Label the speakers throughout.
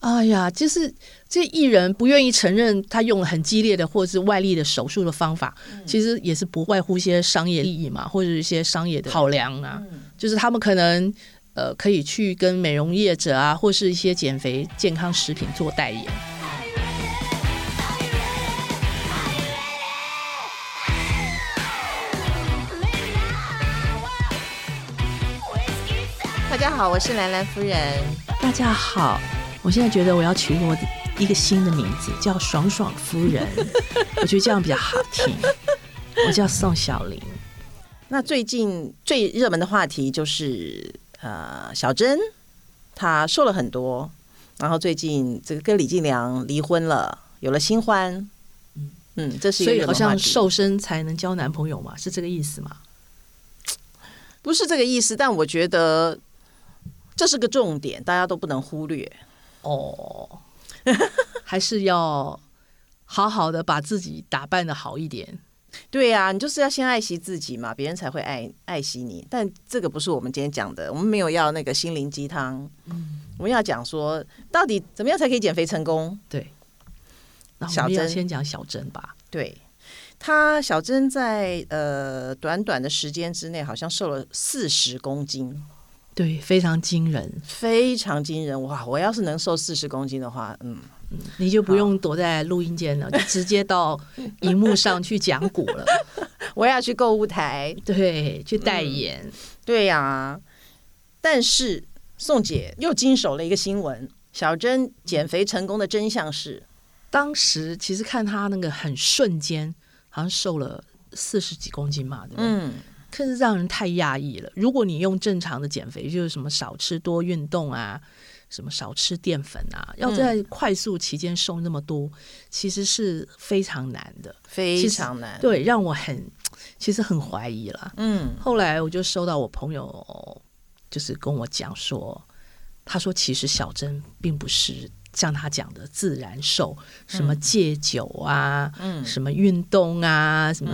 Speaker 1: 哎呀，就是这艺人不愿意承认他用了很激烈的或是外力的手术的方法，其实也是不外乎一些商业利益嘛，或者一些商业的考量啊。就是他们可能呃可以去跟美容业者啊，或是一些减肥健康食品做代言。
Speaker 2: 大家好，我是兰兰夫人。
Speaker 1: 大家好，我现在觉得我要取一个我一个新的名字，叫爽爽夫 人，我觉得这样比较好听。我叫宋小玲，
Speaker 2: 那最近最热门的话题就是呃，小珍她瘦了很多，然后最近这个跟李进良离婚了，有了新欢。嗯，这是一
Speaker 1: 所
Speaker 2: 个
Speaker 1: 以
Speaker 2: 热
Speaker 1: 好
Speaker 2: 门话
Speaker 1: 像
Speaker 2: 题
Speaker 1: 瘦身才能交男朋友嘛，是这个意思吗？
Speaker 2: 不是这个意思，但我觉得这是个重点，大家都不能忽略。
Speaker 1: 哦，还是要好好的把自己打扮的好一点。
Speaker 2: 对呀、你就是要先爱惜自己嘛，别人才会爱爱惜你。但这个不是我们今天讲的，我们没有要那个心灵鸡汤，
Speaker 1: 嗯
Speaker 2: 我们要讲说到底怎么样才可以减肥成功。
Speaker 1: 对，那我
Speaker 2: 小
Speaker 1: 们要
Speaker 2: 珍
Speaker 1: 先讲小珍吧。
Speaker 2: 对她，小珍在呃短短的时间之内，好像瘦了四十公斤，
Speaker 1: 对，非常惊人，
Speaker 2: 非常惊人哇！我要是能瘦四十公斤的话，嗯，
Speaker 1: 你就不用躲在录音间了，就直接 到荧幕上去讲股了。
Speaker 2: 我要去购物台。
Speaker 1: 对，嗯去代言。
Speaker 2: 对呀、但是宋姐又经手了一个新闻，小珍减肥成功的真相是，
Speaker 1: 当时其实看他那个很瞬间，好像瘦了四十几公斤嘛，对不对？
Speaker 2: 嗯。
Speaker 1: 可是让人太压抑了。如果你用正常的减肥，就是什么少吃多运动啊，什么少吃淀粉啊，要在快速期间瘦那么多，其实是非常难的。
Speaker 2: 非常难。
Speaker 1: 对，让我很其实很怀疑啦。
Speaker 2: 嗯，
Speaker 1: 后来我就收到我朋友就是跟我讲说，他说其实小珍并不是像他讲的自然瘦，什么戒酒啊，
Speaker 2: 嗯
Speaker 1: 什么运动啊，什么、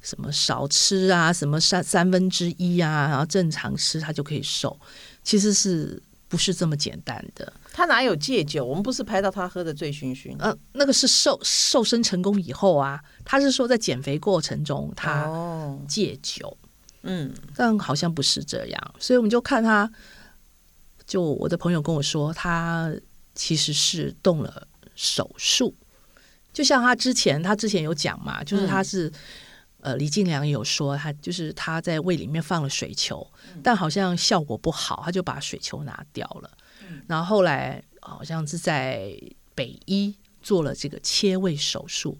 Speaker 1: 什么少吃啊，什么三三分之一啊，然后正常吃他就可以瘦，其实是不是这么简单的？
Speaker 2: 他哪有戒酒？我们不是拍到他喝的醉醺醺。
Speaker 1: 呃，那个是瘦瘦身成功以后啊，他是说在减肥过程中他
Speaker 2: 哦，
Speaker 1: 戒酒。
Speaker 2: 嗯
Speaker 1: 但好像不是这样，所以我们就看他，就我的朋友跟我说，他其实是动了手术，就像他之前，他之前有讲嘛，就是他是、呃，李进良也有说，他就是他在胃里面放了水球，但好像效果不好，他就把水球拿掉了，然后后来好像是在北医做了这个切胃手术。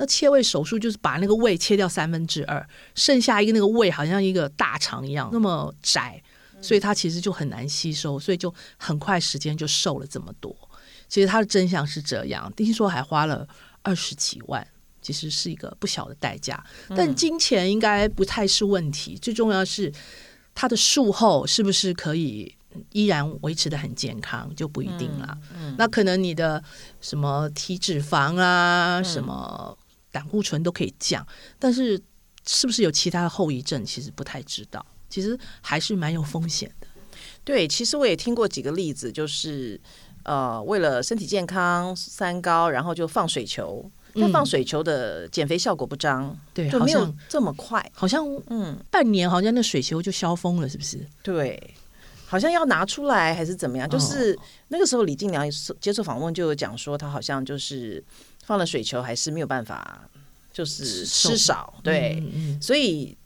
Speaker 1: 那切胃手术就是把那个胃切掉三分之二，剩下一个那个胃好像一个大肠一样那么窄，所以它其实就很难吸收，所以就很快时间就瘦了这么多。其实它的真相是这样，听说还花了二十几万，其实是一个不小的代价。
Speaker 2: 嗯
Speaker 1: 但金钱应该不太是问题，最重要是它的术后是不是可以嗯依然维持的很健康，就不一定啦。
Speaker 2: 嗯
Speaker 1: 那可能你的什么体脂肪
Speaker 2: 嗯
Speaker 1: 啊，什么胆固醇都可以降，但是是不是有其他的后遗症，其实不太知道。其实还是蛮有风险的。
Speaker 2: 对，其实我也听过几个例子，就是呃，为了身体健康三高，然后就放水球。但放水球的减肥效果不彰，
Speaker 1: 嗯对，
Speaker 2: 就
Speaker 1: 好
Speaker 2: 没有
Speaker 1: 像
Speaker 2: 这么快。
Speaker 1: 好像
Speaker 2: 嗯，
Speaker 1: 半年，好像那水球就消风了，是不是？
Speaker 2: 对，好像要拿出来还是怎么样？
Speaker 1: 哦
Speaker 2: 就是那个时候李进良接受访问就有讲说，他好像就是放了水球，还是没有办法，就是
Speaker 1: 瘦
Speaker 2: 吃少。对，
Speaker 1: 嗯嗯
Speaker 2: 所以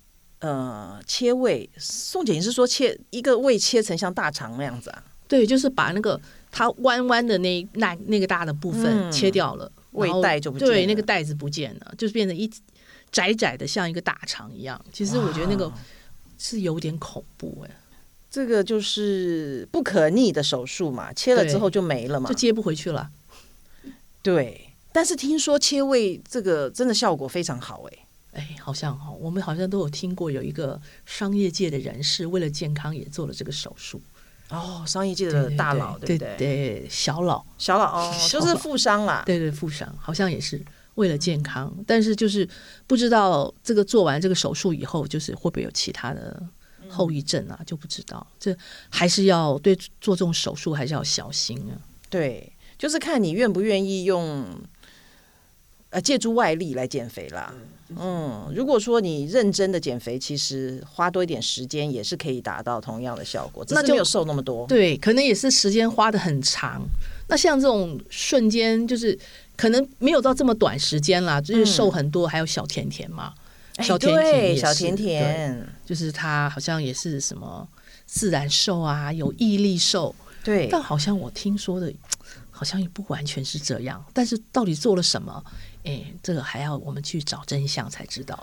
Speaker 2: 呃，切胃，宋姐你是说切一个胃切成像大肠那样子啊？
Speaker 1: 对，就是把那个它弯弯的那那那个大的部分
Speaker 2: 嗯
Speaker 1: 切掉了，
Speaker 2: 胃
Speaker 1: 然后
Speaker 2: 袋就不见
Speaker 1: 对，
Speaker 2: 了
Speaker 1: 那个袋子不见了，就是变成一窄窄的，像一个大肠一样。其实我觉得那个是有点恐怖哎、
Speaker 2: 这个就是不可逆的手术嘛，切了之后就没了嘛
Speaker 1: 就。接不回去了。
Speaker 2: 对，但是听说切胃这个真的效果非常好哎、
Speaker 1: 哎，好像哈，我们好像都有听过有一个商业界的人士为了健康也做了这个手术，
Speaker 2: 哦，商业界的大佬，
Speaker 1: 对
Speaker 2: 不对？
Speaker 1: 对，小老，
Speaker 2: 小佬 哦，
Speaker 1: 小
Speaker 2: 就
Speaker 1: 佬
Speaker 2: 是富商啦。
Speaker 1: 对对，富商好像也是为了健康，但是就是不知道这个做完这个手术以后，就是会不会有其他的
Speaker 2: 嗯
Speaker 1: 后遗症啊，就不知道。这还是要对做这种手术还是要小心啊。
Speaker 2: 对，就是看你愿不愿意用呃借助外力来减肥啦。嗯，如果说你认真的减肥，其实花多一点时间也是可以达到同样的效果，只
Speaker 1: 那
Speaker 2: 是没
Speaker 1: 就
Speaker 2: 有瘦那么多。
Speaker 1: 对，可能也是时间花的很长。那像这种瞬间，就是可能没有到这么短时间啦，就是瘦很多，还有小甜甜嘛，
Speaker 2: 嗯哎
Speaker 1: 小甜甜
Speaker 2: 对
Speaker 1: 也
Speaker 2: 小
Speaker 1: 是
Speaker 2: 甜甜，
Speaker 1: 就是她好像也是什么自然瘦啊，有毅力瘦，
Speaker 2: 对
Speaker 1: 但好像我听说的，好像也不完全是这样。但是到底做了什么？哎，这个还要我们去找真相才知道。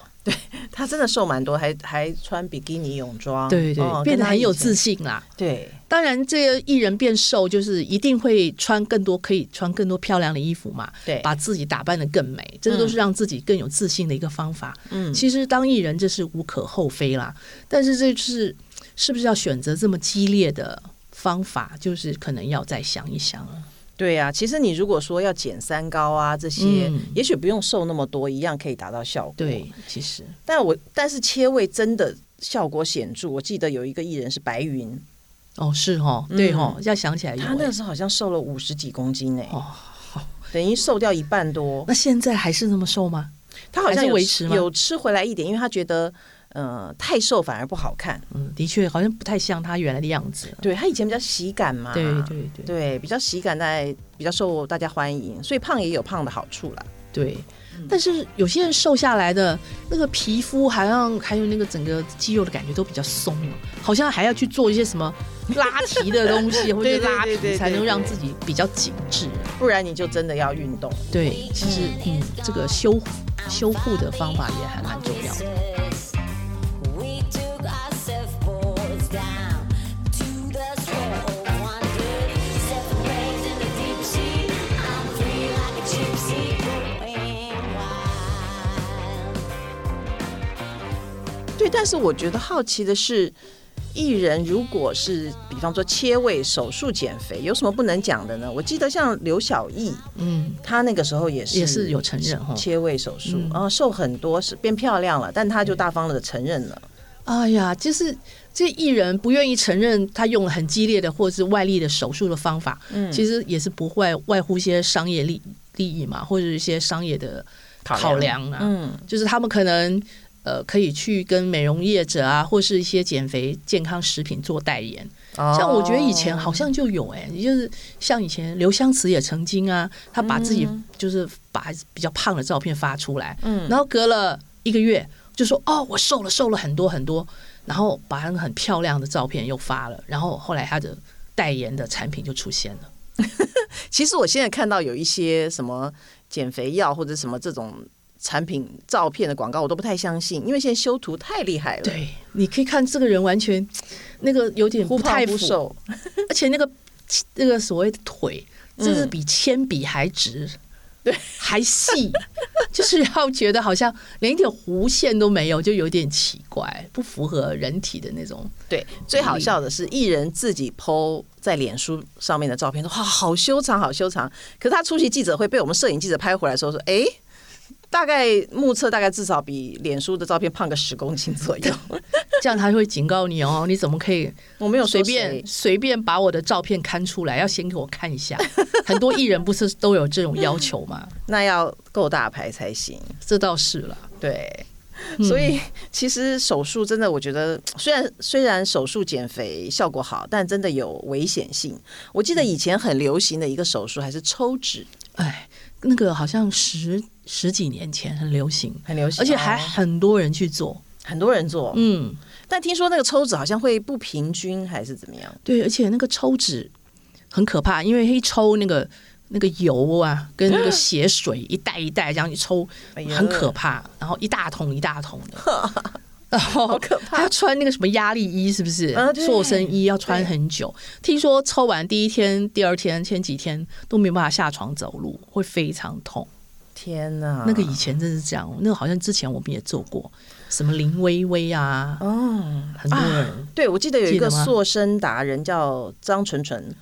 Speaker 2: 她真的瘦蛮多，还还穿比基尼泳装，
Speaker 1: 对对，
Speaker 2: 哦
Speaker 1: 变得很有。
Speaker 2: 跟她以
Speaker 1: 自信啦。
Speaker 2: 前对，
Speaker 1: 当然，这个艺人变瘦，就是一定会穿更多，可以穿更多漂亮的衣服嘛，
Speaker 2: 对
Speaker 1: 把自己打扮得更美，这个都是让自己更有自信的一个方法。
Speaker 2: 嗯
Speaker 1: 其实当艺人这是无可厚非啦，但是这是是不是要选择这么激烈的方法，就是可能要再想一想了。
Speaker 2: 对啊，其实你如果说要减三高啊这些，
Speaker 1: 嗯
Speaker 2: 也许不用瘦那么多，一样可以达到效果。
Speaker 1: 对，其实
Speaker 2: 但我但是切胃真的效果显著。我记得有一个艺人是白云，
Speaker 1: 哦是哦，对哦，要想起来有
Speaker 2: 他那
Speaker 1: 欸
Speaker 2: 个时候好像瘦了五十几公斤哎、
Speaker 1: 哦。
Speaker 2: 等于瘦掉一半多。
Speaker 1: 那现在 还是那么瘦吗？
Speaker 2: 他好像
Speaker 1: 还是
Speaker 2: 有
Speaker 1: 维持吗
Speaker 2: 有吃回来一点，因为他觉得呃太瘦反而不好看。
Speaker 1: 嗯，的确好像不太像他原来的样子了。
Speaker 2: 对他以前比较喜感嘛，
Speaker 1: 对对啊对
Speaker 2: 对比较喜感在比较受大家欢迎，所以胖也有胖的好处啦。
Speaker 1: 对，但是有些人瘦下来的那个皮肤，好像还有那个整个肌肉的感觉都比较松了，好像还要去做一些什么拉提的东 西，或者
Speaker 2: 对对
Speaker 1: 是拉
Speaker 2: 对对
Speaker 1: 皮才
Speaker 2: 对
Speaker 1: 能
Speaker 2: 对
Speaker 1: 让自己比较紧致。
Speaker 2: 不然你就真的要运动。
Speaker 1: 对，其实嗯，这个修修护的方法也还蛮重要的。
Speaker 3: We took our surfboards down to the shore. One day, separated in the deep sea. I'm free like a gypsy, going wild.
Speaker 2: 对，但是我觉得好奇的是，艺人如果是比方说切胃手术减肥，有什么不能讲的呢？我记得像刘晓毅，
Speaker 1: 嗯，
Speaker 2: 她那个时候也是
Speaker 1: 也是有承认哈。
Speaker 2: 切胃手术，
Speaker 1: 嗯
Speaker 2: 然后瘦很多，是变漂亮了，但她就大方的承认了。
Speaker 1: 哎呀，就是这艺人不愿意承认他用了很激烈的或者是外力的手术的方法，
Speaker 2: 嗯
Speaker 1: 其实也是不外外乎一些商业利利益嘛，或者一些商业的考量啊。
Speaker 2: 嗯，
Speaker 1: 就是他们可能呃可以去跟美容业者啊，或是一些减肥健康食品做代言。像我觉得以
Speaker 2: 哦
Speaker 1: 前好像就有哎、就是像以前刘湘慈也曾经啊，她把自己就是把比较胖的照片发出来，
Speaker 2: 嗯
Speaker 1: 然后隔了一个月就说哦我瘦了瘦了很多很多，然后把那个很漂亮的照片又发了，然后后来她的代言的产品就出现了。
Speaker 2: 哦，其实我现在看到有一些什么减肥药或者什么这种。产品照片的广告我都不太相信，因为现在修图太厉害了，，
Speaker 1: 对，你可以看这个人完全那个有点
Speaker 2: 忽
Speaker 1: 不
Speaker 2: 胖
Speaker 1: 太
Speaker 2: 忽
Speaker 1: 符
Speaker 2: 瘦，
Speaker 1: 而且那个那个所谓的腿，
Speaker 2: 嗯
Speaker 1: 真是比铅笔还直，
Speaker 2: 对，
Speaker 1: 还细， 就是要觉得好像连一点弧线都没有，就有点奇怪，不符合人体的那种。
Speaker 2: 对，最好笑的是艺人自己 PO 在脸书上面的照片，说哇，好修长，好修长。可是他出席记者会被我们摄影记者拍回来说说，哎，大概目测大概至少比脸书的照片胖个十公斤左 右。
Speaker 1: 这样他会警告你哦，你怎么可以
Speaker 2: 我没有说
Speaker 1: 随
Speaker 2: 谁
Speaker 1: 便随便把我的照片刊出来？要先给我看一下。很多艺人不是都有这种要求吗？
Speaker 2: 那要够大牌才行。
Speaker 1: 这倒是了。
Speaker 2: 对，所以其实手术真的，我觉得虽然虽然手术减肥效果好，但真的有危险性。我记得以前很流行的一个手术还是抽脂，
Speaker 1: 哎，那个好像十十几年前很流行，
Speaker 2: 很流行，
Speaker 1: 而且还
Speaker 2: 哦
Speaker 1: 很多人去做。
Speaker 2: 很多人做，
Speaker 1: 嗯。
Speaker 2: 但听说那个抽脂好像会不平均，还是怎么样？
Speaker 1: 对，而且那个抽脂很可怕，因为一抽那个那个油啊，跟那个血水一袋一袋这样一抽，
Speaker 2: 嗯哎呀
Speaker 1: 很可怕。然后一大桶一大桶的，然后好可怕。还要穿那个什么压力衣，是不是？
Speaker 2: 啊对
Speaker 1: 塑身衣要穿很久。听说抽完第一天、第二天、前几天都没办法下床走路，会非常痛。
Speaker 2: 天哪，
Speaker 1: 那个以前真是这样，那个好像之前我们也做过，什么林薇薇啊，
Speaker 2: 哦，
Speaker 1: 很多人、
Speaker 2: 对，我记得有一个
Speaker 1: 记得吗
Speaker 2: 塑身达人叫张纯纯，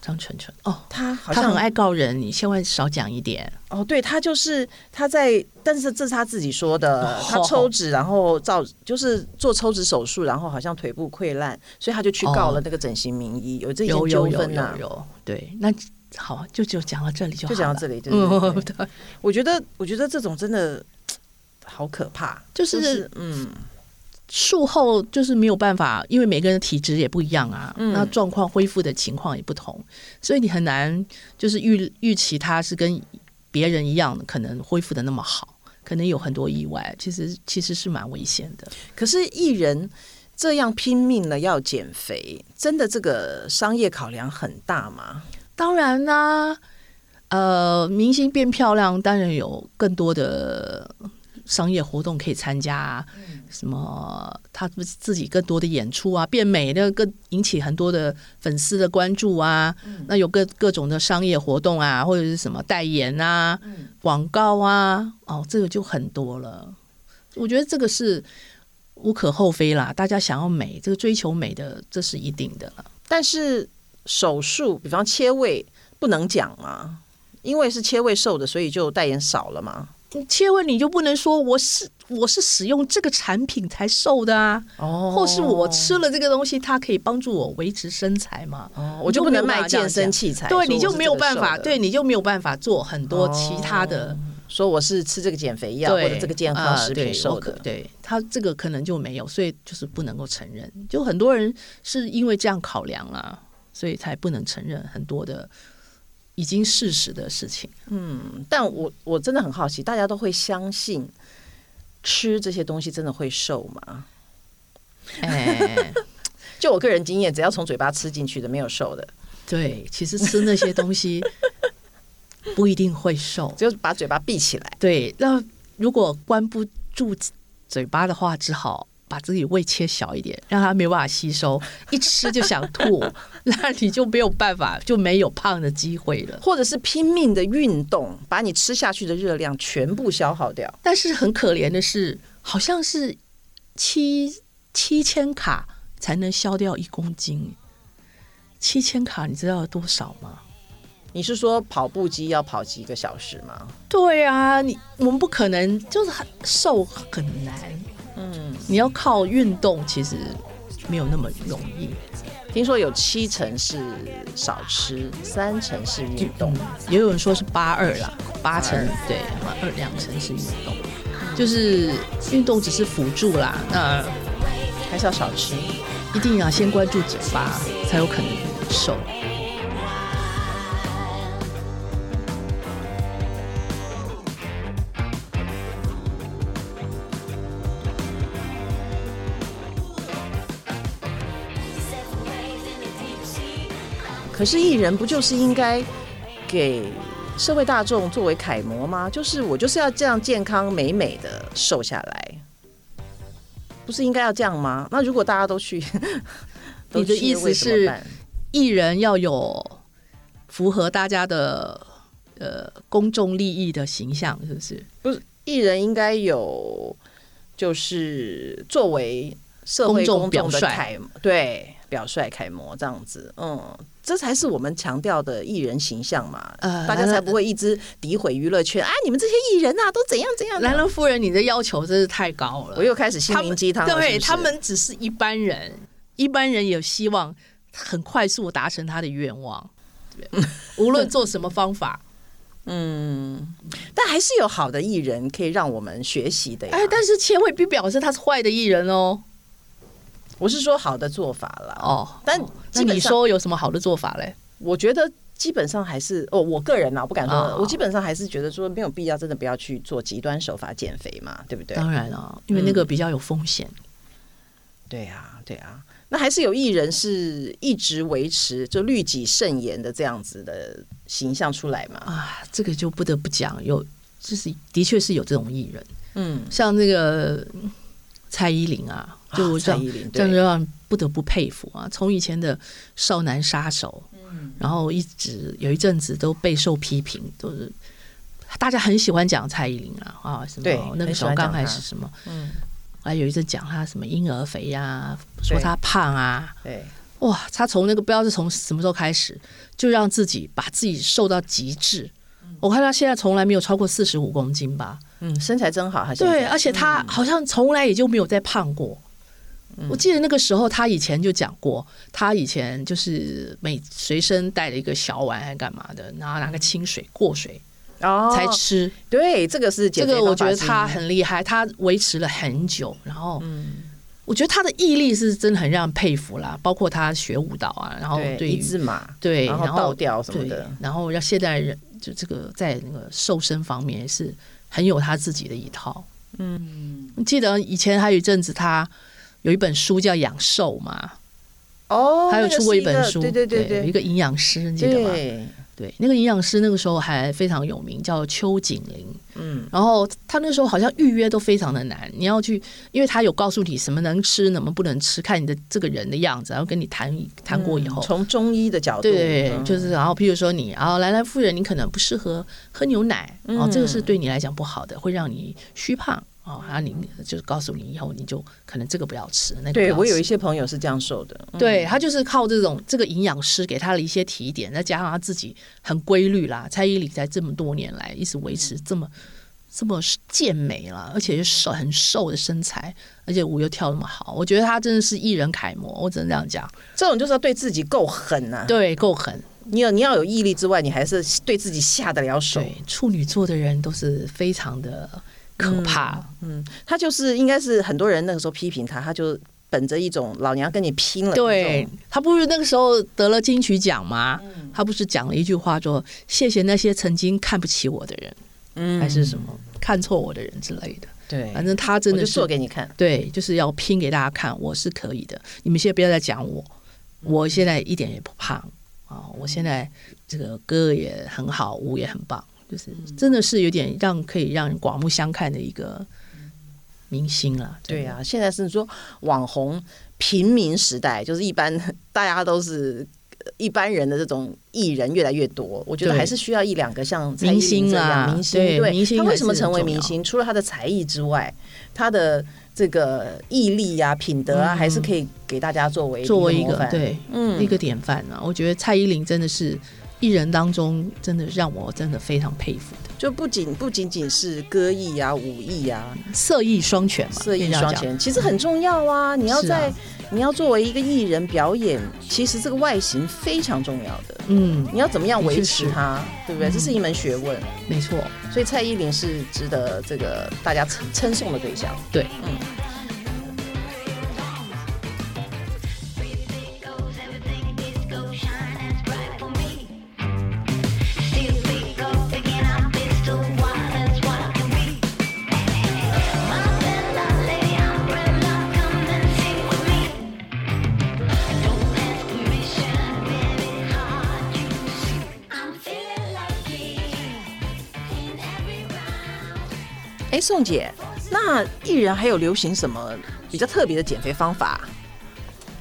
Speaker 1: 张纯纯哦。
Speaker 2: 她好
Speaker 1: 她
Speaker 2: 像
Speaker 1: 很爱告人，你千万少讲一点。
Speaker 2: 哦，对，她就是她在，但是这是她自己说的
Speaker 1: 哦，
Speaker 2: 她抽脂，然后造就是做抽脂手术，然后好像腿部溃烂，所以她就去告了那个整形名医，有这一件
Speaker 1: 哦有有
Speaker 2: 纠
Speaker 1: 有
Speaker 2: 纷
Speaker 1: 有
Speaker 2: 呐。
Speaker 1: 有，对，那好，就就讲到这里就好
Speaker 2: 就
Speaker 1: 了
Speaker 2: 讲到 这里，对对对
Speaker 1: 嗯，
Speaker 2: 对
Speaker 1: 对，
Speaker 2: 我觉得，我觉得这种真的好可怕，
Speaker 1: 就是
Speaker 2: 嗯，
Speaker 1: 术后就是没有办法，因为每个人的体质也不一样啊，
Speaker 2: 嗯
Speaker 1: 那状况恢复的情况也不同，所以你很难就是预预期他是跟别人一样，可能恢复的那么好，可能有很多意外，其实其实是蛮危险的。
Speaker 2: 可是艺人这样拼命的要减肥，真的这个商业考量很大吗？
Speaker 1: 当然啦、呃，明星变漂亮，当然有更多的商业活动可以参加、啊，什么他不是自己更多的演出啊，变美的更引起很多的粉丝的关注啊，那有各各种的商业活动啊，或者是什么代言啊、广告啊，哦，这个就很多了。我觉得这个是无可厚非啦，大家想要美，这个追求美的，这是一定的啦。
Speaker 2: 但是手术，比方切胃，不能讲吗？因为是切胃瘦的，所以就代言少了嘛。
Speaker 1: 切问你就不能说我是我是使用这个产品才瘦的啊，
Speaker 2: 哦
Speaker 1: 或是我吃了这个东西，它可以帮助我维持身材嘛？
Speaker 2: 哦，我就不能卖健身器材，
Speaker 1: 对，
Speaker 2: 说
Speaker 1: 你
Speaker 2: 我
Speaker 1: 就是没有
Speaker 2: 这个
Speaker 1: 办
Speaker 2: 瘦
Speaker 1: 法，
Speaker 2: 的
Speaker 1: 对，你就没有办法做很多其他的，
Speaker 2: 说我是吃这个减肥药或
Speaker 1: 对
Speaker 2: 者这个健康食品
Speaker 1: 啊
Speaker 2: 瘦的，
Speaker 1: 对我可对他这个可能就没有，所以就是不能够承认。就很多人是因为这样考量啦、所以才不能承认很多的已经事实的事情。
Speaker 2: 但我我真的很好奇，大家都会相信吃这些东西真的会瘦吗？
Speaker 1: 哎。
Speaker 2: 就我个人经验，只要从嘴巴吃进去的，没有瘦的，
Speaker 1: 对，其实吃那些东西不一定会瘦。
Speaker 2: 只有把嘴巴闭起来。
Speaker 1: 对，那如果关不住嘴巴的话，只好把自己胃切小一点，让它没有办法吸收，一吃就想吐， 那你就没有办法，就没有胖的机会了。
Speaker 2: 或者是拼命的运动，把你吃下去的热量全部消耗掉。
Speaker 1: 但是很可怜的是，好像是七七千卡才能消掉一公斤。七千卡，你知道有多少吗？
Speaker 2: 你是说跑步机要跑几个小时吗？
Speaker 1: 对啊，你我们不可能就是很瘦很难，嗯，你要靠运动其实没有那么容易。
Speaker 2: 听说有七成是少吃，三成是运动。
Speaker 1: 也有人说是八二啦，八成对，二两成是运动，就是运动只是辅助啦，那
Speaker 2: 还是要少吃。
Speaker 1: 一定要先关注嘴巴，才有可能瘦。，
Speaker 2: 可是艺人不就是应该给社会大众作为楷模吗？就是我就是要这样健康美美的瘦下来，不是应该要这样吗？那如果大家都去都
Speaker 1: 你的
Speaker 2: 去
Speaker 1: 意思
Speaker 2: 为什么
Speaker 1: 是
Speaker 2: 办
Speaker 1: 艺人要有符合大家的呃公众利益的形象，是不是？
Speaker 2: 不是艺人应该有，就是作为社会
Speaker 1: 公众
Speaker 2: 公
Speaker 1: 表
Speaker 2: 众的
Speaker 1: 率
Speaker 2: 楷对表率楷模这样子，嗯，这才是我们强调的艺人形象嘛，
Speaker 1: 呃
Speaker 2: 大家才不会一直诋毁娱乐圈啊，你们这些艺人啊都怎样怎样的
Speaker 1: 兰兰夫人，你的要求真是太高了。
Speaker 2: 我又开始心
Speaker 1: 他
Speaker 2: 灵
Speaker 1: 们
Speaker 2: 鸡汤了，
Speaker 1: 对
Speaker 2: 是不是
Speaker 1: 他们只是一般人，一般人也希望很快速达成他的愿望， 对无论做什么方法。
Speaker 2: 嗯但还是有好的艺人可以让我们学习的呀。
Speaker 1: 哎，但是千万不表示他是坏的艺人哦。
Speaker 2: 我是说好的做法啦。
Speaker 1: 哦，
Speaker 2: 但
Speaker 1: 那
Speaker 2: 基本
Speaker 1: 你
Speaker 2: 上，
Speaker 1: 说有什么好的做法嘞？
Speaker 2: 我觉得基本上还是哦，我个人啊，我不敢说，
Speaker 1: 哦
Speaker 2: 我基本上还是觉得说没有必要，真的不要去做极端手法减肥嘛，对不对？
Speaker 1: 当然啊，因为那个比较有风险。
Speaker 2: 对啊，对啊。那还是有艺人是一直维持就律己慎言的这样子的形象出来嘛？
Speaker 1: 啊，这个就不得不讲，有就是的确是有这种艺人，
Speaker 2: 嗯，
Speaker 1: 像那个嗯蔡依林啊，就我这
Speaker 2: 蔡
Speaker 1: 样、
Speaker 2: 依林
Speaker 1: 这样
Speaker 2: 对
Speaker 1: 就让人不得不佩服啊。从以前的少男杀手，
Speaker 2: 嗯
Speaker 1: 然后一直有一阵子都备受批评，都是大家很喜欢讲蔡依林啊啊什
Speaker 2: 对
Speaker 1: 么那个
Speaker 2: 很喜
Speaker 1: 时
Speaker 2: 欢
Speaker 1: 候刚
Speaker 2: 讲
Speaker 1: 开
Speaker 2: 她
Speaker 1: 始什么，
Speaker 2: 嗯，
Speaker 1: 还有一阵讲她什么婴儿肥呀、说
Speaker 2: 对
Speaker 1: 她胖啊，
Speaker 2: 对，
Speaker 1: 哇，他从那个不知道是从什么时候开始，就让自己把自己瘦到极致。
Speaker 2: 嗯
Speaker 1: 我看他现在从来没有超过四十五公斤吧？
Speaker 2: 嗯，身材真好，他现在
Speaker 1: 对，而且他好像从来也就没有再胖过。我记得那个时候，他以前就讲过，他以前就是每随身带了一个小碗还干嘛的，然后拿个清水过水
Speaker 2: 哦
Speaker 1: 才吃。
Speaker 2: 对，这个是
Speaker 1: 这
Speaker 2: 减肥
Speaker 1: 个我
Speaker 2: 方
Speaker 1: 觉得
Speaker 2: 法之一
Speaker 1: 他很厉害，他维持了很久，然后我觉得他的毅力是真的很让人佩服啦。包括他学舞蹈啊，然后对
Speaker 2: 对一
Speaker 1: 于
Speaker 2: 字马，
Speaker 1: 对，
Speaker 2: 然后倒吊什么
Speaker 1: 对
Speaker 2: 的，
Speaker 1: 然后让现代人就这个在那个瘦身方面也是很有他自己的一套。嗯，你记得以前还有一阵子他有一本书叫《养瘦》嘛，
Speaker 2: 哦，
Speaker 1: 他有
Speaker 2: 那个
Speaker 1: 出过一
Speaker 2: 是
Speaker 1: 本
Speaker 2: 个
Speaker 1: 书，
Speaker 2: 对对对
Speaker 1: 有一
Speaker 2: 对，
Speaker 1: 个营养师，你记得吗？
Speaker 2: 对，
Speaker 1: 对，那个营养师那个时候还非常有名，叫邱景玲。
Speaker 2: 嗯，
Speaker 1: 然后他那时候好像预约都非常的难，你要去，因为他有告诉你什么能吃，什么不能吃，看你的这个人的样子，然后跟你谈谈过以后，
Speaker 2: 嗯从中医的角度，
Speaker 1: 对，
Speaker 2: 嗯
Speaker 1: 就是然后，譬如说你啊，兰兰夫人，你可能不适合喝牛奶，哦，这个
Speaker 2: 嗯
Speaker 1: 是对你来讲不好的，会让你虚胖。哦，然后你就是告诉你以后，你就可能这个不要吃，那个不
Speaker 2: 对
Speaker 1: 要
Speaker 2: 我有
Speaker 1: 吃
Speaker 2: 一些朋友是这样瘦的，嗯
Speaker 1: 对他就是靠这种这个营养师给他的一些提点，再加上他自己很规律啦，蔡依林在这么多年来一直维持这么、这么健美啦，而且又瘦很瘦的身材，而且舞又跳那么好，我觉得他真的是艺人楷模，我只能这样讲，
Speaker 2: 这种就是要对自己够狠呐，
Speaker 1: 对，够狠，
Speaker 2: 你有你要有毅力之外，你还是对自己下得了手。
Speaker 1: 对，处女座的人都是非常的
Speaker 2: 嗯
Speaker 1: 可怕，
Speaker 2: 他就是应该是很多人那个时候批评他，他就本着一种老娘跟你拼了，
Speaker 1: 对，他不是那个时候得了金曲奖吗？
Speaker 2: 嗯
Speaker 1: 他不是讲了一句话说谢谢那些曾经看不起我的人，
Speaker 2: 嗯
Speaker 1: 还是什么看错我的人之类的。
Speaker 2: 对，
Speaker 1: 反正他真
Speaker 2: 我
Speaker 1: 的
Speaker 2: 就是做给你看。
Speaker 1: 对，就是要拼给大家看，我是可以的。你们现在不要再讲我，
Speaker 2: 嗯
Speaker 1: 我现在一点也不胖啊、我现在这个歌也很好，舞也很棒，就是
Speaker 2: 嗯
Speaker 1: 真的是有点让可以让人刮目相看的一个明星了。
Speaker 2: 对
Speaker 1: 呀、
Speaker 2: 啊，现在是说网红平民时代，就是一般 大家都是呃一般人的这种艺人越来越多，我觉得
Speaker 1: 对
Speaker 2: 还是需要一两个像蔡依
Speaker 1: 明
Speaker 2: 林
Speaker 1: 星
Speaker 2: 这
Speaker 1: 啦
Speaker 2: 样明星，
Speaker 1: 对
Speaker 2: 对
Speaker 1: 明星
Speaker 2: 他
Speaker 1: 还
Speaker 2: 为
Speaker 1: 是
Speaker 2: 什么
Speaker 1: 很
Speaker 2: 成为
Speaker 1: 重
Speaker 2: 明
Speaker 1: 要
Speaker 2: 星？除了他的才艺之外，他的这个毅力啊、品德啊，还是可以给大家作为
Speaker 1: 嗯作为一
Speaker 2: 模
Speaker 1: 个
Speaker 2: 范，
Speaker 1: 对
Speaker 2: 嗯
Speaker 1: 一个典范啊，我觉得蔡依林真的是艺人当中真的让我真的非常佩服的，
Speaker 2: 就不仅不仅仅是歌艺啊、舞艺啊，
Speaker 1: 色艺双全嘛，
Speaker 2: 色
Speaker 1: 可以
Speaker 2: 艺
Speaker 1: 这样
Speaker 2: 双
Speaker 1: 讲
Speaker 2: 全，其实很重要啊！你要
Speaker 1: 是啊
Speaker 2: 在、你要作为一个艺人表演，其实这个外形非常重要的。
Speaker 1: 嗯，
Speaker 2: 你要怎么样维持
Speaker 1: 的确是
Speaker 2: 它，对不对？这是一嗯门学问，
Speaker 1: 没错，
Speaker 2: 所以蔡依林是值得这个大家称称颂的对象。
Speaker 1: 对。
Speaker 3: Everything goes, everything disco, shine as bright for me. Still think of picking up pistol, wild as wild can be. My Bella, Lady Umbrella, come and sing with me. Don't ask permission, baby, hard you see. I'm feeling lucky in every round.
Speaker 2: 哎，宋姐，那艺人还有流行什么比较特别的减肥方法？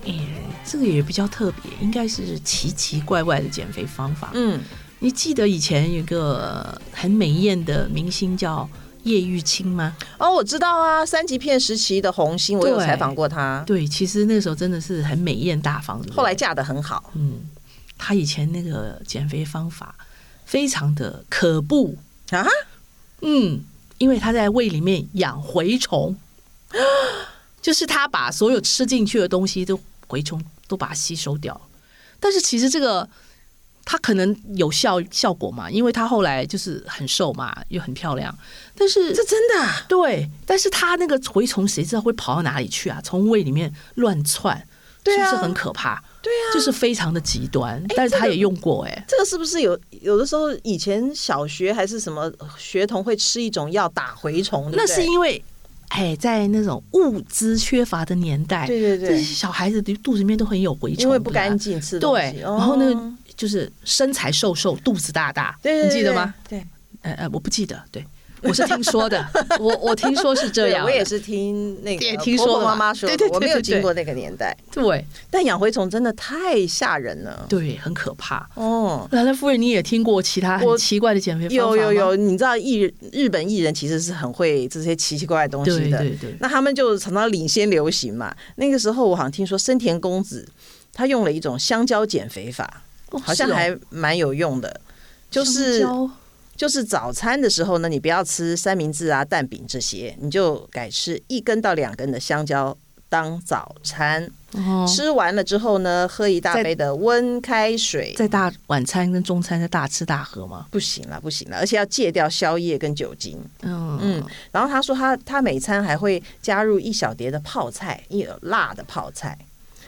Speaker 1: 诶，哎这个也比较特别，应该是奇奇怪怪的减肥方法。
Speaker 2: 嗯，
Speaker 1: 你记得以前有一个很美艳的明星叫叶玉卿吗？
Speaker 2: 哦，我知道啊，三级片时期的红星，我有
Speaker 1: 对
Speaker 2: 采访过她，
Speaker 1: 对，其实那时候真的是很美艳大方的。
Speaker 2: 后来嫁得很好。
Speaker 1: 嗯，她以前那个减肥方法非常的可怖。
Speaker 2: 啊，
Speaker 1: 嗯，因为她在胃里面养蛔虫， 就是她把所有吃进去的东西都蛔虫都把它吸收掉。但是其实这个她可能有效效果嘛，因为她后来就是很瘦嘛，又很漂亮。但是
Speaker 2: 这真的、啊？
Speaker 1: 对，但是它那个蛔虫谁知道会跑到哪里去啊？从胃里面乱窜，
Speaker 2: 对啊
Speaker 1: 是不是很可怕？
Speaker 2: 对啊，
Speaker 1: 就是非常的极端，但是他也用过哎、
Speaker 2: 这个是不是有有的时候以前小学还是什么学童会吃一种药打蛔虫？对不
Speaker 1: 那是
Speaker 2: 对
Speaker 1: 因为。哎，在那种物资缺乏的年代，
Speaker 2: 对对对
Speaker 1: 这些小孩子的肚子里面都很有蛔虫，
Speaker 2: 因为不
Speaker 1: 对吧
Speaker 2: 干净吃东西
Speaker 1: 对，然后那个
Speaker 2: 哦
Speaker 1: 就是身材瘦瘦，肚子大大，
Speaker 2: 对对
Speaker 1: 你记得吗？？
Speaker 2: 对对对
Speaker 1: 呃呃，我不记得，对我是听说 的，我我听说是这
Speaker 2: 对
Speaker 1: 样的，
Speaker 2: 我也是听那个
Speaker 1: 也听
Speaker 2: 婆婆
Speaker 1: 说了
Speaker 2: 妈
Speaker 1: 嘛
Speaker 2: 妈说的，
Speaker 1: 对对对
Speaker 2: 我没有
Speaker 1: 对对
Speaker 2: 经过那个年代，
Speaker 1: 对
Speaker 2: 但养蛔虫真的太吓人了。
Speaker 1: 对，很可怕。
Speaker 2: 哦，
Speaker 1: 兰兰夫人，你也听过其他
Speaker 2: 我
Speaker 1: 很奇怪的减肥方法
Speaker 2: 有
Speaker 1: 吗
Speaker 2: 有有，你知道艺人日本艺人其实是很会这些奇奇怪怪的东西
Speaker 1: 对
Speaker 2: 的，
Speaker 1: 对对，
Speaker 2: 那他们就常常领先流行嘛。那个时候我好像听说森田公子他用了一种香蕉减肥法，
Speaker 1: 哦
Speaker 2: 好像
Speaker 1: 是哦
Speaker 2: 还蛮有用的，就是
Speaker 1: 香蕉
Speaker 2: 就是早餐的时候呢，你不要吃三明治啊、蛋饼这些，你就改吃一根到两根的香蕉当早餐。
Speaker 1: 哦，
Speaker 2: 吃完了之后呢，喝一大
Speaker 1: 在
Speaker 2: 杯的温开水。
Speaker 1: 在大晚餐跟中餐在大吃大喝吗？
Speaker 2: 不行了，不行了，而且要戒掉宵夜跟酒精。
Speaker 1: 嗯
Speaker 2: 嗯，然后他说他他每餐还会加入一小碟的泡菜，一辣的泡菜，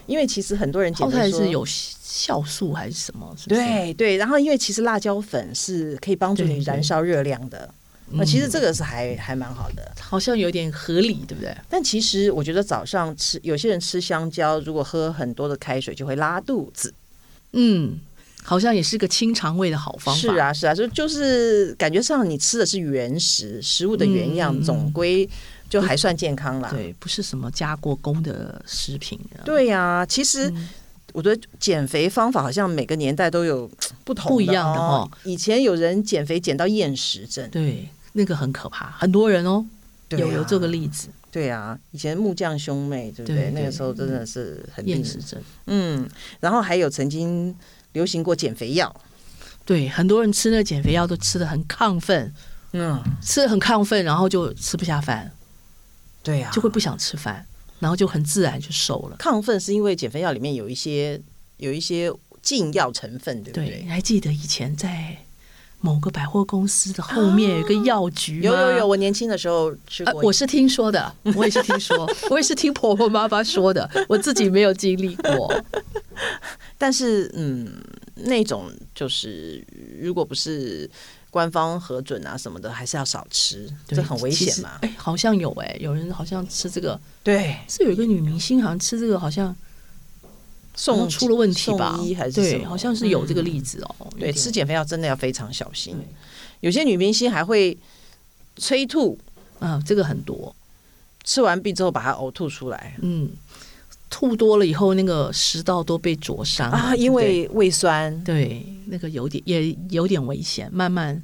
Speaker 2: 因为其实很多人解
Speaker 1: 泡
Speaker 2: 读
Speaker 1: 菜
Speaker 2: 说
Speaker 1: 是有酵素还是什么？是不是，
Speaker 2: 对对，然后因为其实辣椒粉是可以帮助
Speaker 1: 对
Speaker 2: 你
Speaker 1: 对
Speaker 2: 燃烧热量的，那、
Speaker 1: 嗯
Speaker 2: 其实这个是还还蛮好的。
Speaker 1: 好像有点合理，对不对？
Speaker 2: 但其实我觉得早上吃，有些人吃香蕉，如果喝很多的开水就会拉肚子。
Speaker 1: 嗯，好像也是个清肠胃的好方法。
Speaker 2: 是，啊，是啊，就就是感觉上你吃的是原食，食物的原样，
Speaker 1: 嗯
Speaker 2: 总归就还算健康啦。
Speaker 1: 对，不是什么加过工的食品啊。
Speaker 2: 对呀、其实
Speaker 1: 嗯
Speaker 2: 我觉得减肥方法好像每个年代都有不同
Speaker 1: 不一样的
Speaker 2: 哦
Speaker 1: 哦。
Speaker 2: 以前有人减肥减到厌食症，
Speaker 1: 对，那个很可怕，很多人哦，
Speaker 2: 对啊
Speaker 1: 有有这个例子，
Speaker 2: 对啊，以前木匠兄妹，对不对？
Speaker 1: 对对
Speaker 2: 那个时候真的是很
Speaker 1: 厌
Speaker 2: 令
Speaker 1: 食症。
Speaker 2: 嗯，然后还有曾经流行过减肥药，
Speaker 1: 对，很多人吃那个减肥药都吃的很亢奋，
Speaker 2: 嗯，
Speaker 1: 吃的很亢奋，然后就吃不下饭，
Speaker 2: 对呀、啊，
Speaker 1: 就会不想吃饭，然后就很自然就瘦了。
Speaker 2: 亢奋，是因为减肥药里面有一些有一些禁药成分，对不
Speaker 1: 对，
Speaker 2: 对？
Speaker 1: 你还记得以前在某个百货公司的后面有一个药局
Speaker 2: 啊有
Speaker 1: 吗？
Speaker 2: 有有，我年轻的时候吃
Speaker 1: 呃
Speaker 2: 过，
Speaker 1: 我是听说 的，我也是听说，我也是听婆婆妈妈说的，我自己没有经历过。
Speaker 2: 但是嗯，那种就是如果不是官方核准啊什么的，还是要少吃，
Speaker 1: 对
Speaker 2: 这很危
Speaker 1: 其
Speaker 2: 险
Speaker 1: 实
Speaker 2: 嘛。嗯
Speaker 1: 哎，好像有哎，有人好像吃这个，
Speaker 2: 对，
Speaker 1: 是有一个女明星好像吃这个，好像好
Speaker 2: 送
Speaker 1: 像出了问题吧
Speaker 2: 送医还？是什
Speaker 1: 对，
Speaker 2: 么嗯
Speaker 1: 好像是有这个例子哦。有
Speaker 2: 对，
Speaker 1: 点
Speaker 2: 吃减肥药真的要非常小心
Speaker 1: 对。
Speaker 2: 有些女明星还会催吐，
Speaker 1: 啊，这个很多，
Speaker 2: 吃完病之后把它呕吐出来
Speaker 1: 嗯，吐多了以后，那个食道都被灼伤了
Speaker 2: 啊，因为胃酸。
Speaker 1: 对不对对那个有点也有点危险，慢慢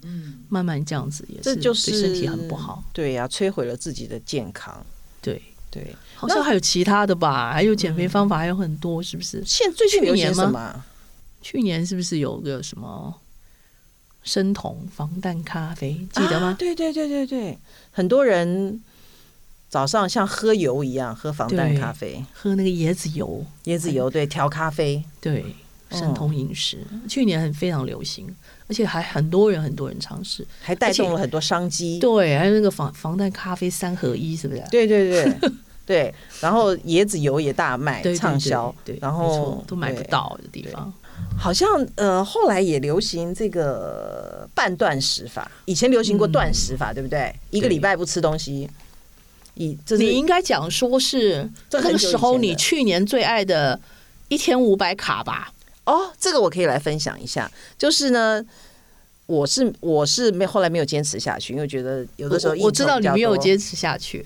Speaker 1: 慢慢这样子也
Speaker 2: 嗯这
Speaker 1: 是
Speaker 2: 就是
Speaker 1: 对身体很不好。，
Speaker 2: 对呀、摧毁了自己的健康。
Speaker 1: 对，
Speaker 2: 对，
Speaker 1: 好像还有其他的
Speaker 2: 嗯
Speaker 1: 吧，还有减肥方法还有很多，是不是？
Speaker 2: 现最近
Speaker 1: 去
Speaker 2: 流行
Speaker 1: 年吗
Speaker 2: 什么啊？
Speaker 1: 去年是不是有个什么生酮防弹咖啡，记得
Speaker 2: 啊
Speaker 1: 吗？
Speaker 2: 对对对对对，很多人早上像喝油一样喝防弹
Speaker 1: 对
Speaker 2: 咖啡、
Speaker 1: 喝那个椰子油，
Speaker 2: 椰子油，对，调咖啡。
Speaker 1: 对，
Speaker 2: 哦
Speaker 1: 生酮饮食，去年很非常流行，而且还很多人很多人尝试。
Speaker 2: 还带动
Speaker 1: 而且
Speaker 2: 了很多商机。
Speaker 1: 对，还有那个防防弹咖啡三合一，是不是？
Speaker 2: 对对对对，然后椰子油也大卖
Speaker 1: 对，对
Speaker 2: 畅销，
Speaker 1: 对，对
Speaker 2: 然
Speaker 1: 没
Speaker 2: 后
Speaker 1: 错都买不
Speaker 2: 对。
Speaker 1: 到的地方。
Speaker 2: 好像呃，后来也流行这个半断食法，以前流行过断食法，对不对？一个礼拜不吃东西，以这
Speaker 1: 嗯
Speaker 2: 是
Speaker 1: 你应该讲说是
Speaker 2: 这
Speaker 1: 那
Speaker 2: 很久以
Speaker 1: 个
Speaker 2: 前的
Speaker 1: 时候你去年最爱的一天五百卡吧？
Speaker 2: 哦，这个我可以来分享一下，就是呢。我是我是没后来没有坚持下去，因为觉得有的时候
Speaker 1: 我我知道你没
Speaker 2: 应
Speaker 1: 有
Speaker 2: 酬比较多
Speaker 1: 坚持下去，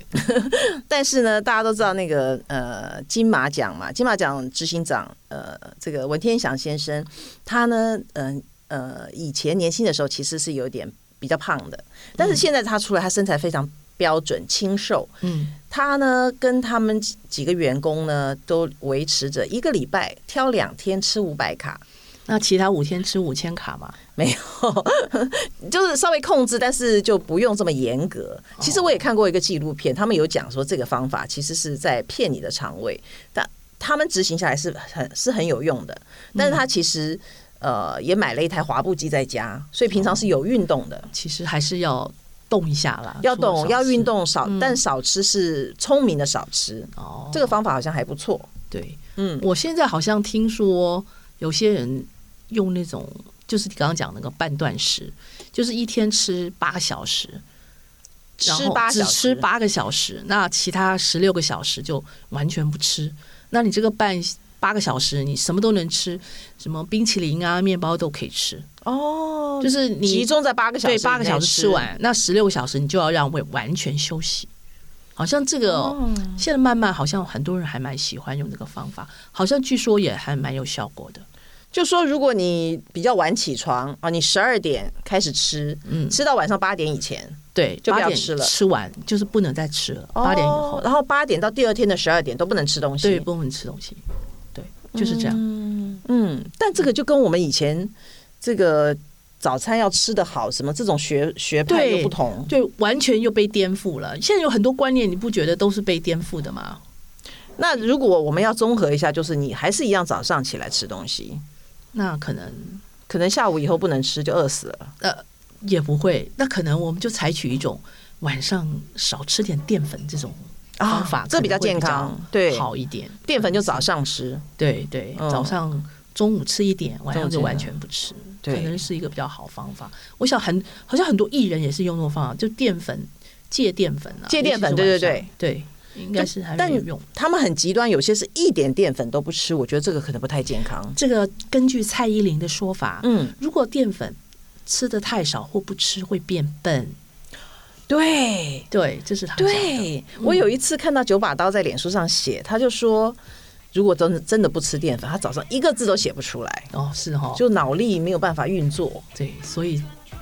Speaker 2: 但是呢，大家都知道那个呃金马奖嘛，金马奖执行长呃这个文天祥先生，他呢，嗯呃以前年轻的时候其实是有点比较胖的，但是现在他出来，他身材非常标准清瘦。
Speaker 1: 嗯，
Speaker 2: 他呢跟他们几几个员工呢都维持着一个礼拜挑两天吃五百卡。
Speaker 1: 那其他五天吃五千卡嘛？
Speaker 2: 没有， 就是稍微控制，但是就不用这么严格。其实
Speaker 1: 哦
Speaker 2: 我也看过一个纪录片，他们有讲说这个方法其实是在骗你的肠胃，但他们执行下来是很是很有用的。
Speaker 1: 嗯
Speaker 2: 但是他其实呃也买了一台滑步机在家，所以平常是有运动的，
Speaker 1: 其实还是要动一下啦，
Speaker 2: 要
Speaker 1: 哦除
Speaker 2: 动
Speaker 1: 了
Speaker 2: 要
Speaker 1: 少吃嗯
Speaker 2: 运动少，但少吃是聪明的少吃。
Speaker 1: 哦。
Speaker 2: 这个方法好像还不错，
Speaker 1: 对，
Speaker 2: 嗯
Speaker 1: 我现在好像听说有些人用那种，就是你刚刚讲那个半断食，就是一天吃八小时，然
Speaker 2: 吃
Speaker 1: 后
Speaker 2: 八
Speaker 1: 只
Speaker 2: 小
Speaker 1: 吃
Speaker 2: 时。
Speaker 1: 八个小时，那其他十六个小时就完全不吃。那你这个半八个小时，你什么都能吃，什么冰淇淋啊、面包都可以吃，
Speaker 2: 哦，
Speaker 1: 就
Speaker 2: 就
Speaker 1: 是是你
Speaker 2: 集中在八个小时
Speaker 1: 对
Speaker 2: 以内，
Speaker 1: 八个小时吃完，那十六个小时你就要让胃完全休息。好像这个、
Speaker 2: 哦
Speaker 1: 现在慢慢好像很多人还蛮喜欢用这个方法，好像据说也还蛮有效果的。
Speaker 2: 就说如果你比较晚起床啊，你十二点开始吃，
Speaker 1: 嗯
Speaker 2: 吃到晚上八点以前，
Speaker 1: 对，
Speaker 2: 就不
Speaker 1: 八
Speaker 2: 要
Speaker 1: 点
Speaker 2: 吃了
Speaker 1: 吃完就是不能再吃了，
Speaker 2: 哦
Speaker 1: 八点以后，
Speaker 2: 然后八点到第二天的十二点都不能吃东
Speaker 1: 对，
Speaker 2: 西。
Speaker 1: 不能吃东西，对，就是这样。
Speaker 2: 嗯，但这个就跟我们以前这个早餐要吃的好什么这种学学派
Speaker 1: 对
Speaker 2: 又不同。
Speaker 1: 对，完全又被颠覆了。现在有很多观念，你不觉得都是被颠覆的吗？
Speaker 2: 那如果我们要综合一下，就是你还是一样早上起来吃东西，
Speaker 1: 那可能
Speaker 2: 可能下午以后不能吃就饿死了。
Speaker 1: 呃也不会，那可能我们就采取一种晚上少吃点淀粉这种方法，
Speaker 2: 啊
Speaker 1: 可
Speaker 2: 这
Speaker 1: 能
Speaker 2: 比较
Speaker 1: 会
Speaker 2: 健康，对，
Speaker 1: 好一点。
Speaker 2: 淀粉就早上吃，
Speaker 1: 对对，
Speaker 2: 嗯
Speaker 1: 早上、中午吃一点，晚上就完全不吃，可
Speaker 2: 对
Speaker 1: 能是一个比较好方法。我想很好像很多艺人也是用这种方法，就淀粉戒淀粉啊，
Speaker 2: 戒淀粉
Speaker 1: 尤其是晚
Speaker 2: 对
Speaker 1: 上对，应该是还
Speaker 2: 但
Speaker 1: 没有用。
Speaker 2: 他们很极端，有些是一点淀粉都不吃，我觉得这个可能不太健康。
Speaker 1: 这个根据蔡依林的说法，
Speaker 2: 嗯，
Speaker 1: 如果淀粉吃的太少或不吃会变笨，
Speaker 2: 对。
Speaker 1: 对，这是她讲的。
Speaker 2: 对，我有一次看到九把刀在脸书上写，他就说，如果真的真的不吃淀粉，他早上一个字都写不出来，
Speaker 1: 哦，是哈、哦，
Speaker 2: 就脑力没有办法运作。
Speaker 1: 对，所以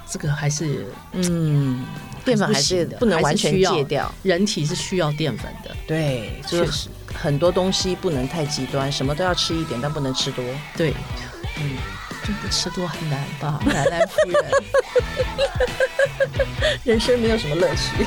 Speaker 1: 这个还是
Speaker 2: 嗯，淀粉还是
Speaker 1: 不行的
Speaker 2: 不能
Speaker 1: 还是
Speaker 2: 完全
Speaker 1: 需要
Speaker 2: 戒掉。
Speaker 1: 人体是需要淀粉的，
Speaker 2: 对，
Speaker 1: 确
Speaker 2: 就是
Speaker 1: 实，
Speaker 2: 很多东西不能太极端，什么都要吃一点，但不能吃多。
Speaker 1: 对，嗯，就不吃多 很难吧，奶奶夫人。
Speaker 2: 人生没有什么乐趣。